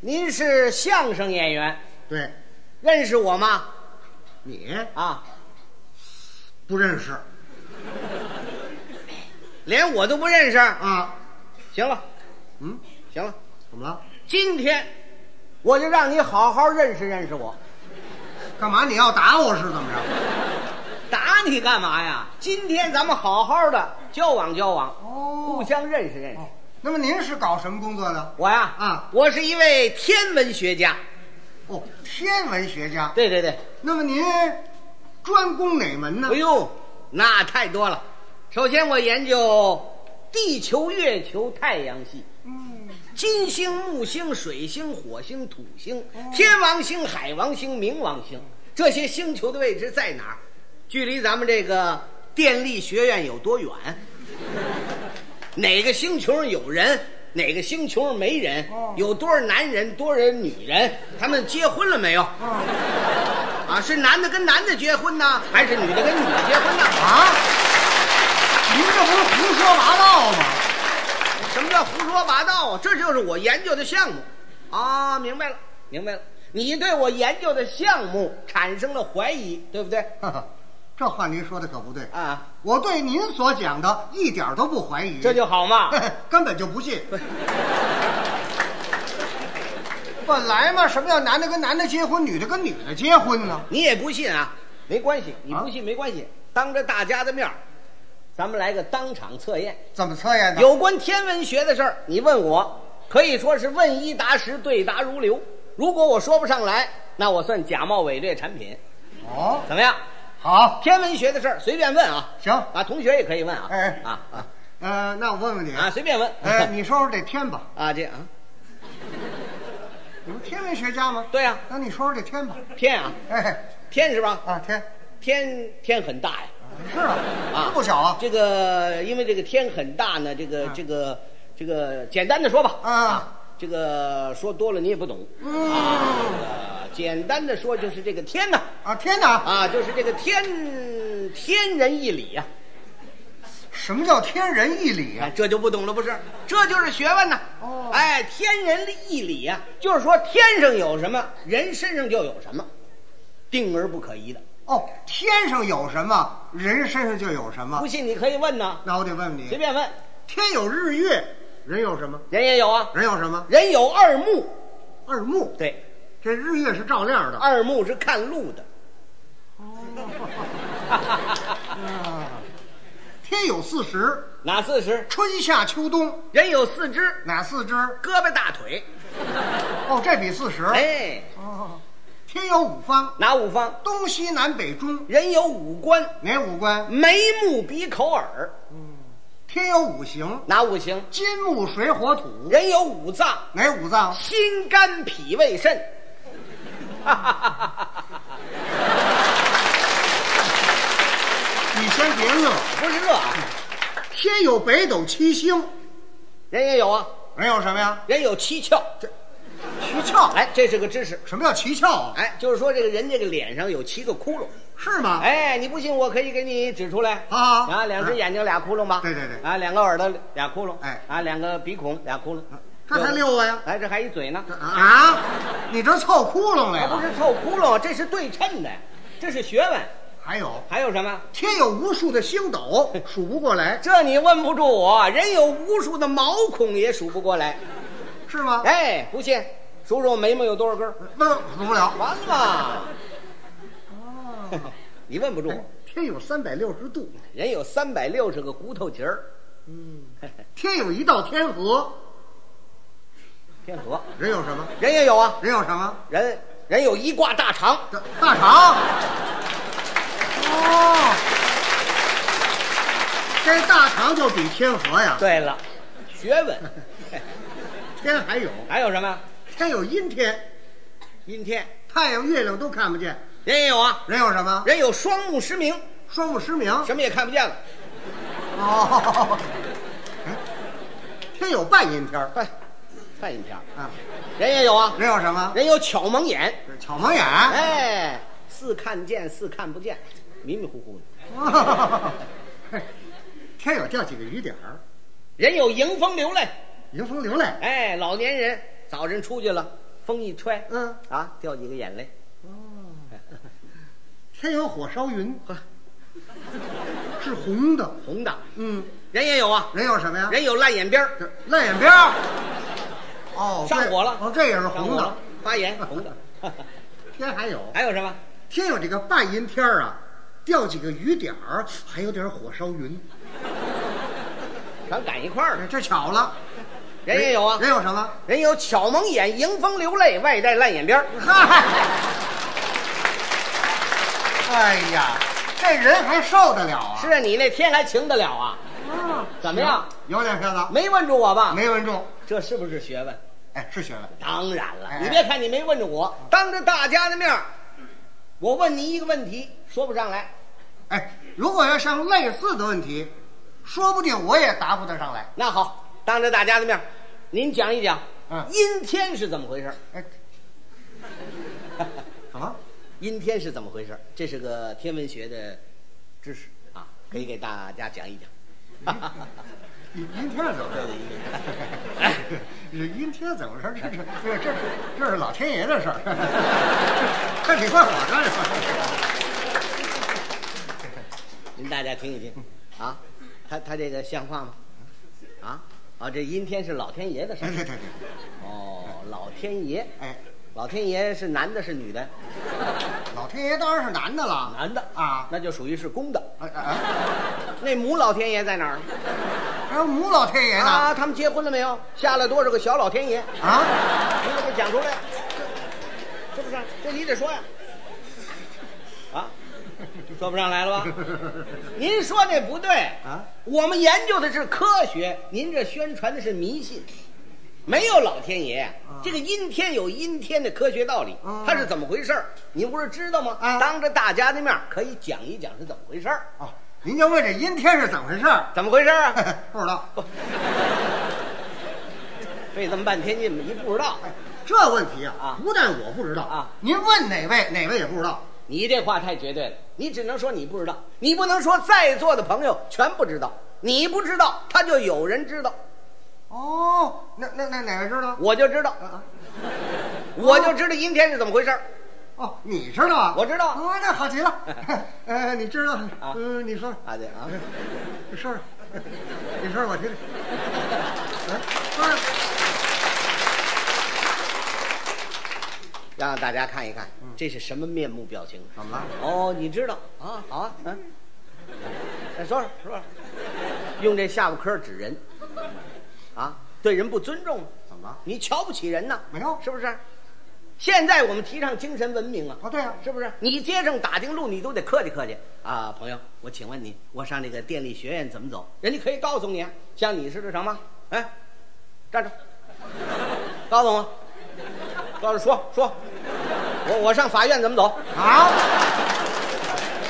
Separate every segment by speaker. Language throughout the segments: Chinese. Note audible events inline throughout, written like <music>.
Speaker 1: 您是相声演员，
Speaker 2: 对，
Speaker 1: 认识我吗？
Speaker 2: 你
Speaker 1: 啊，
Speaker 2: 不认识
Speaker 1: 连我都不认识。
Speaker 2: 啊？
Speaker 1: 行了，
Speaker 2: 嗯，
Speaker 1: 行了，
Speaker 2: 怎么了？
Speaker 1: 今天我就让你好好认识认识我。
Speaker 2: 干嘛你要打我是怎么着？
Speaker 1: 打你干嘛呀？今天咱们好好的交往交往，互
Speaker 2: 哦，
Speaker 1: 相认识认识。
Speaker 2: 那么您是搞什么工作的？
Speaker 1: 我呀，
Speaker 2: 啊
Speaker 1: 我是一位天文学家。
Speaker 2: 哦，天文学家。
Speaker 1: 对对对，
Speaker 2: 那么您专攻哪门呢
Speaker 1: 哎？呦，那太多了。首先，我研究地球、月球、太阳系。
Speaker 2: 嗯，
Speaker 1: 金星、木星、水星、火星、土星、天王星、海王星、冥王星，这些星球的位置在哪儿？距离咱们这个电力学院有多远？哪个星球上有人？哪个星球上没人？
Speaker 2: 哦
Speaker 1: 有多少男人？多少女人？他们结婚了没有？啊，是男的跟男的结婚呢，还是女的跟女的结婚呢？
Speaker 2: 啊，您这不是胡说八道吗？ <laughs>
Speaker 1: 什么叫胡说八道啊？这就是我研究的项目，啊，明白了，明白了。你对我研究的项目产生了怀疑，对不对？
Speaker 2: 哈哈，这话您说的可不对。
Speaker 1: 啊，
Speaker 2: 我对您所讲的一点儿都不怀疑，
Speaker 1: 这就好嘛。
Speaker 2: 根本就不信。本来嘛，什么叫男的跟男的结婚，女的跟女的结婚呢？
Speaker 1: 你也不信啊？没关系，你不
Speaker 2: 啊
Speaker 1: 信没关系。当着大家的面儿，咱们来个当场测验。
Speaker 2: 怎么测验的？
Speaker 1: 有关天文学的事儿，你问我，可以说是问一答十，对答如流。如果我说不上来，那我算假冒伪劣产品，
Speaker 2: 哦，
Speaker 1: 怎么样？
Speaker 2: 好，
Speaker 1: 天文学的事儿随便问啊，
Speaker 2: 行，
Speaker 1: 啊，同学也可以问啊，
Speaker 2: 哎
Speaker 1: 啊啊
Speaker 2: 呃，那我问问你，
Speaker 1: 啊，随便问。 <laughs>
Speaker 2: 呃，你说说这天吧，
Speaker 1: 啊，这啊，
Speaker 2: 你不是天文学家吗？
Speaker 1: 对呀、
Speaker 2: 那你说说这天吧，
Speaker 1: 天啊，
Speaker 2: 哎，
Speaker 1: 天是吧？
Speaker 2: 啊天，
Speaker 1: 天天很大呀，
Speaker 2: 是啊，
Speaker 1: 啊，
Speaker 2: 不小啊，
Speaker 1: 这个因为这个天很大呢，这个这个这个，简单的说吧，
Speaker 2: 啊，
Speaker 1: 这个说多了你也不懂，
Speaker 2: 嗯，
Speaker 1: 呃，简单的说就是这个天呐，
Speaker 2: 啊天哪，
Speaker 1: 啊，就是这个天天人一理呀、
Speaker 2: 什么叫天人一理
Speaker 1: 哎
Speaker 2: 啊？
Speaker 1: 这就不懂了，不是？这就是学问呐。
Speaker 2: 哦
Speaker 1: 哎，天人一理呀、就是说天上有什么，人身上就有什么，定而不可移的。
Speaker 2: 哦，天上有什么，人身上就有什么
Speaker 1: 不。信你可以问呐，
Speaker 2: 那我得问问
Speaker 1: 随
Speaker 2: 你，
Speaker 1: 便问，
Speaker 2: 天有日月，人有什么？
Speaker 1: 人也有啊。
Speaker 2: 人有什么？
Speaker 1: 人有二目，
Speaker 2: 二目。
Speaker 1: 对，
Speaker 2: 这日月是照亮的。
Speaker 1: 二目是看路的。
Speaker 2: 啊天有四时，
Speaker 1: 哪四肢？
Speaker 2: 春夏秋冬，
Speaker 1: 人有四肢，
Speaker 2: 哪四支？
Speaker 1: 胳膊大腿。
Speaker 2: 哦，这比四十。
Speaker 1: 哎，
Speaker 2: 哦，天有五方，
Speaker 1: 哪五方？
Speaker 2: 东西南北中，
Speaker 1: 人有五官，
Speaker 2: 哪五官？
Speaker 1: 眉目鼻口耳。
Speaker 2: 天有五行，
Speaker 1: 哪五行？
Speaker 2: 金木水火土，
Speaker 1: 人有五脏，
Speaker 2: 哪五脏？
Speaker 1: 心肝脾胃 <laughs> 肾。
Speaker 2: 你先别乐。
Speaker 1: 不是这啊，
Speaker 2: 天有北斗七星，
Speaker 1: 人也有啊，
Speaker 2: 人有什么呀？
Speaker 1: 人有七窍。
Speaker 2: 七窍。
Speaker 1: 哎，这是个知识。
Speaker 2: 什么叫七窍啊？
Speaker 1: 哎，就是说这个人这个脸上有七个窟窿。
Speaker 2: 是吗？
Speaker 1: 哎，你不信我可以给你指出来。
Speaker 2: 好好好嗯
Speaker 1: 啊，两只眼睛俩窟窿吧？
Speaker 2: 对对对
Speaker 1: 啊，两个耳朵俩窟窿。
Speaker 2: 哎嗯
Speaker 1: 啊，两个鼻孔俩窟窿。
Speaker 2: 这才六个呀。
Speaker 1: 哎，这还一嘴呢。
Speaker 2: 啊，你这凑窟窿来
Speaker 1: 它不
Speaker 2: 了？
Speaker 1: 是凑窟窿，这是对称的，这是学问。
Speaker 2: 还有
Speaker 1: 还有什么？
Speaker 2: 天有无数的星斗，数不过来，
Speaker 1: 这你问不住我。人有无数的毛孔也数不过来。
Speaker 2: 是吗？
Speaker 1: 哎，不信，数数我眉毛有多少根儿？
Speaker 2: 那数不了。
Speaker 1: 完了，你问不住
Speaker 2: 哎
Speaker 1: 我。
Speaker 2: 天有三百六十度，
Speaker 1: 人有三百六十个骨头节儿，
Speaker 2: 天有一道天河，
Speaker 1: 天河。
Speaker 2: 人有什么？
Speaker 1: 人也有啊，
Speaker 2: 人有什么？
Speaker 1: 人人有一挂大肠，
Speaker 2: 这大肠。哦，这大肠就比天河呀。
Speaker 1: 对了，学问。 <laughs>
Speaker 2: 天还有，
Speaker 1: 还有什么？
Speaker 2: 天有阴天，
Speaker 1: 阴天。
Speaker 2: 太阳、月亮都看不见，
Speaker 1: 人也有啊，
Speaker 2: 人有什么？
Speaker 1: 人有双目失明，
Speaker 2: 双目失明。
Speaker 1: 什么也看不见了。
Speaker 2: 哦，哎天有半阴天儿
Speaker 1: 半半阴天。
Speaker 2: 啊，
Speaker 1: 人也有啊，
Speaker 2: 人有什么？
Speaker 1: 人有巧蒙眼，
Speaker 2: 巧蒙眼。
Speaker 1: 哎，似看见似看不见，迷迷糊糊的。
Speaker 2: 嘿 <laughs> 天有掉几个雨点儿，
Speaker 1: 人有迎风流泪，
Speaker 2: 迎风流泪。
Speaker 1: 哎，老年人早晨出去了，风一吹，
Speaker 2: 嗯
Speaker 1: 啊，掉几个眼泪。
Speaker 2: 天有火烧云，是红的。
Speaker 1: 红的，
Speaker 2: 嗯，
Speaker 1: 人也有啊，
Speaker 2: 人有什么呀？
Speaker 1: 人有烂眼边儿，
Speaker 2: 这烂眼边儿。哦，
Speaker 1: 上
Speaker 2: 对
Speaker 1: 火了
Speaker 2: 哦，这也是
Speaker 1: 上
Speaker 2: 红
Speaker 1: 火
Speaker 2: 的
Speaker 1: 了。哎发炎，红的。 <laughs>
Speaker 2: 天还有，
Speaker 1: 还有什么？
Speaker 2: 天有这个半阴天儿啊，掉几个雨点儿，还有点火烧云，哎
Speaker 1: 全赶一块儿了。
Speaker 2: 这巧了。
Speaker 1: 人也有啊，
Speaker 2: 人有什么？
Speaker 1: 人有巧蒙眼，迎风流泪，外带烂眼边儿。
Speaker 2: 嗨，哎呀，这人还受得了啊？
Speaker 1: 是啊，你那天还晴得了啊？
Speaker 2: 啊，
Speaker 1: 怎么样？
Speaker 2: 有点片子，
Speaker 1: 没问住我吧？
Speaker 2: 没问住。
Speaker 1: 这是不是学问？
Speaker 2: 哎，是学问。
Speaker 1: 当然了，
Speaker 2: 哎
Speaker 1: 你别看你没问着我，当着大家的面儿，我问你一个问题，说不上来，
Speaker 2: 哎，如果要像类似的问题，说不定我也答不得上来。
Speaker 1: 那好，当着大家的面儿，您讲一讲，
Speaker 2: 嗯
Speaker 1: 阴天是怎么回事儿？
Speaker 2: 哎，
Speaker 1: <laughs>
Speaker 2: 怎么？
Speaker 1: 阴天是怎么回事儿？这是个天文学的知识啊，可以给大家讲一讲。啊
Speaker 2: <laughs> 阴阴天怎么回事？这阴天怎么回事？这是这是这是这是老天爷的事儿，这你怪我干什么？
Speaker 1: 您大家听一听，啊，他他这个像话吗？啊啊，这阴天是老天爷的事
Speaker 2: 对
Speaker 1: 儿。
Speaker 2: 对对对，
Speaker 1: 哦，老天爷，
Speaker 2: 哎，
Speaker 1: 老天爷是男的，是女的？
Speaker 2: 老天爷当然是男的了，
Speaker 1: 男的
Speaker 2: 啊，
Speaker 1: 那就属于是公的。
Speaker 2: 哎哎哎，
Speaker 1: 那母老天爷在哪儿？
Speaker 2: 还有母老天爷呢？
Speaker 1: 啊，他们结婚了没有？下了多少个小老天爷？
Speaker 2: 啊，
Speaker 1: 你给我讲出来，是不是？这你得说呀。啊，说不上来
Speaker 2: <laughs>
Speaker 1: 了吧？您说那不对
Speaker 2: 啊！
Speaker 1: 我们研究的是科学，您这宣传的是迷信，没有老天爷。这个阴天有阴天的科学道理，
Speaker 2: 啊
Speaker 1: 它是怎么回事儿？您不是知道吗？
Speaker 2: 啊
Speaker 1: 当着大家的面儿可以讲一讲是怎么回事儿？
Speaker 2: 哦，您就问这阴天是怎么回事儿？ <laughs>
Speaker 1: 怎么回事儿啊？
Speaker 2: 不知道，
Speaker 1: 费这么半天劲，您不知道？
Speaker 2: 这问题啊
Speaker 1: 啊，
Speaker 2: 不但我不知道
Speaker 1: 啊，
Speaker 2: 您问哪位，哪位也不知道。
Speaker 1: 你这话太绝对了，你只能说你不知道，你不能说在座的朋友全不知道。你不知道，他就有人知道，
Speaker 2: 哦，那那那哪位知道？
Speaker 1: 我就知道，
Speaker 2: 啊
Speaker 1: 我就知道阴天是怎么回事儿。
Speaker 2: 哦，你知道啊？
Speaker 1: 我知道
Speaker 2: 啊，那好极
Speaker 1: <laughs>
Speaker 2: 了。呃，你知道？
Speaker 1: 啊
Speaker 2: 嗯，你说
Speaker 1: 啊，对啊，
Speaker 2: 你说说，你说说我听听。哎说说
Speaker 1: 让大家看一看，这是什么面目表情？
Speaker 2: 怎么了？
Speaker 1: 哦，你知道啊？好啊，嗯、哎说说说说，用这下巴颏儿指人，啊，对人不尊重，
Speaker 2: 怎么了？
Speaker 1: 你瞧不起人呐？
Speaker 2: 没有
Speaker 1: 是不是？现在我们提倡精神文明啊，
Speaker 2: 哦，对啊，
Speaker 1: 是不是？你街上打听路，你都得客气客气啊，朋友。我请问你，我上这个电力学院怎么走？人家可以告诉你啊，像你似的什么？哎，站住！告诉我，告诉说说，我我上法院怎么走？
Speaker 2: 啊，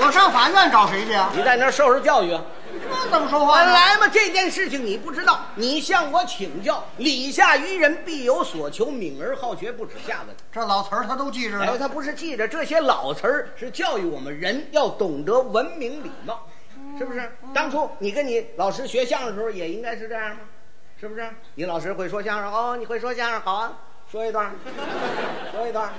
Speaker 2: 我上法院找谁去啊？
Speaker 1: 你在那儿受受教育啊！
Speaker 2: 那怎么说话
Speaker 1: 本
Speaker 2: 呢？
Speaker 1: 来嘛，这件事情你不知道，你向我请教，礼下于人，必有所求，敏而好学，不耻下问。
Speaker 2: 这老词儿他都记着
Speaker 1: 然后
Speaker 2: 呢。
Speaker 1: 他不是记着这些老词儿，是教育我们人要懂得文明礼貌，是不是？当初你跟你老师学相声的时候，也应该是这样吗？是不是？你老师会说相声哦，你会说相声，好啊，说一段儿，说一段儿，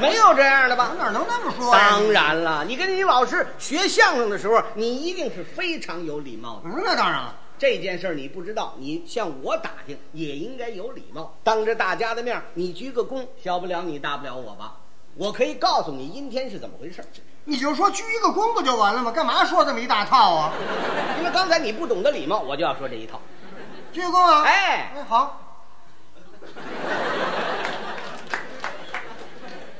Speaker 1: 没有这样的吧？
Speaker 2: 哪能那么说呀？
Speaker 1: 当然了，你跟你老师学相声的时候，你一定是非常有礼貌的。
Speaker 2: 嗯，那当然了。
Speaker 1: 这件事儿你不知道，你向我打听也应该有礼貌，当着大家的面儿你鞠个躬，小不了你大不了我吧。我可以告诉你阴天是怎么回事儿，
Speaker 2: 你就说鞠一个躬不就完了吗？干嘛说这么一大套啊？
Speaker 1: 因为刚才你不懂得礼貌，我就要说这一套。
Speaker 2: 鞠个躬啊！
Speaker 1: 哎
Speaker 2: 哎，好，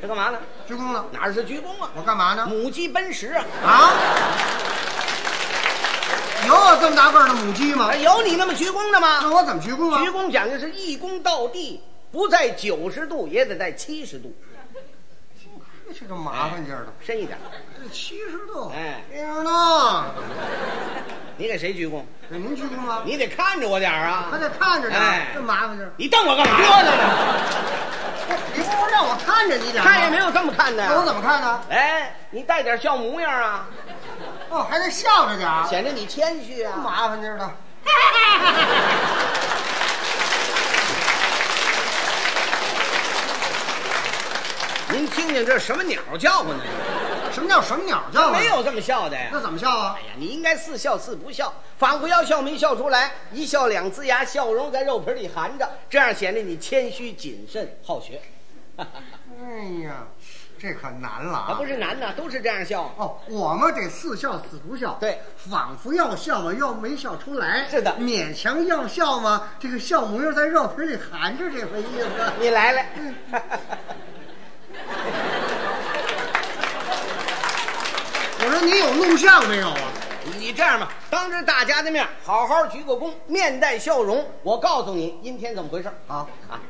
Speaker 1: 这干嘛呢？
Speaker 2: 鞠躬了。
Speaker 1: 哪是鞠躬啊？
Speaker 2: 我干嘛呢？
Speaker 1: 母鸡奔食啊！
Speaker 2: 啊？有我这么大个儿的母鸡吗哎
Speaker 1: 啊？有你那么鞠躬的
Speaker 2: 那
Speaker 1: 吗？
Speaker 2: 我怎么鞠躬啊？
Speaker 1: 鞠躬讲究是一躬到地，不在九十度也得在七十度，
Speaker 2: 这是个麻烦劲儿的。
Speaker 1: 深一点。
Speaker 2: 这七十度，
Speaker 1: 哎
Speaker 2: 这样呢？
Speaker 1: 你给谁鞠躬？
Speaker 2: 给您鞠躬吗？
Speaker 1: 你得看着我点儿啊！
Speaker 2: 还得看着点儿
Speaker 1: 哎，
Speaker 2: 这麻烦劲儿。
Speaker 1: 你瞪我干嘛？
Speaker 2: 说呢？你不是让我看着你点儿吗啊
Speaker 1: 看也没？有这么看的呀。
Speaker 2: 那我怎么看呢？
Speaker 1: 哎，你带点笑模样啊，
Speaker 2: 哦，还得笑着点儿，
Speaker 1: 显得你谦虚
Speaker 2: 这
Speaker 1: 啊。
Speaker 2: 麻烦劲儿的。
Speaker 1: 听听这什么鸟叫唤呢？
Speaker 2: 什么叫什么鸟叫？啊
Speaker 1: 没，有这么笑的哎呀
Speaker 2: 那。怎么笑啊
Speaker 1: 哎？呀，你应该似笑似不笑，仿佛要笑没笑出来，一笑两呲牙，笑容在肉皮里含着，这样显得你谦虚谨慎好学。 <laughs>
Speaker 2: 哎呀，这可难了
Speaker 1: 啊，
Speaker 2: 啊！
Speaker 1: 不是男的，都是这样笑。
Speaker 2: 哦，我们得似笑似不笑，
Speaker 1: 对，
Speaker 2: 仿佛要笑嘛，又没笑出来，
Speaker 1: 是的
Speaker 2: 勉强要笑嘛，这个笑模样在肉皮里含着，这回意思。
Speaker 1: 你来来，
Speaker 2: 我说你有录像没有啊？
Speaker 1: <laughs> 你这样吧，当着大家的面好好鞠个躬，面带笑容。我告诉你阴天怎么回事儿 <laughs>
Speaker 2: 好，
Speaker 1: 啊！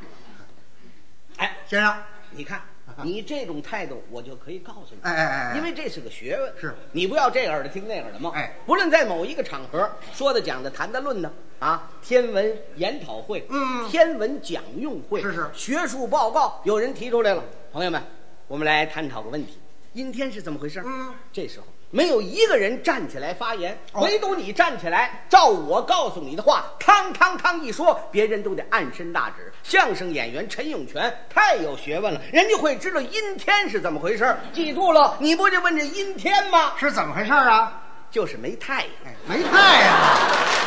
Speaker 1: 哎，
Speaker 2: 先生，
Speaker 1: 你看，你这种态度，我就可以告诉你。
Speaker 2: 啊哎哎哎哎
Speaker 1: 因为这是个学问，
Speaker 2: 是
Speaker 1: 你不要这耳朵听那耳朵嘛。
Speaker 2: 哎
Speaker 1: 不论在某一个场合说的、讲的、谈的、论的啊，天文研讨会，
Speaker 2: 嗯
Speaker 1: 天文讲用会，
Speaker 2: 是是
Speaker 1: 学术报告，有人提出来了，朋友们，我们来探讨个问题：阴天是怎么回事？
Speaker 2: 嗯，
Speaker 1: 这时候没有一个人站起来发言，
Speaker 2: 哦
Speaker 1: 唯独你站起来，照我告诉你的话，汤汤汤一说，别人都得暗伸大指。相声演员陈永泉太有学问了，人家会知道阴天是怎么回事儿。记住了，你不就问这阴天吗？
Speaker 2: 是怎么回事啊？
Speaker 1: 就是没太阳。
Speaker 2: 哎，没太阳啊！